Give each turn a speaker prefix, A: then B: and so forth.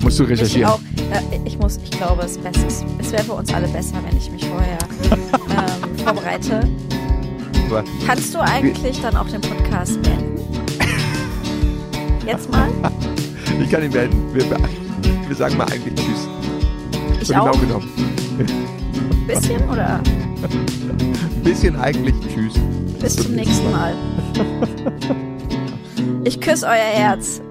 A: musst du
B: Ich,
A: recherchieren.
B: auch, äh, ich muss, ich glaube, es, ist besser- es- es wäre für uns alle besser, wenn ich mich vorher ähm, vorbereite.
A: Aber-
B: Kannst du eigentlich dann auch den Podcast beenden? Jetzt mal?
A: Ich kann ihn beenden. Wir, wir sagen mal eigentlich Tschüss.
B: Ich
A: So
B: auch
A: genau genommen.
B: ein bisschen oder
A: Ein bisschen eigentlich Tschüss.
B: bis zum nächsten Mal. Ich küsse euer Herz.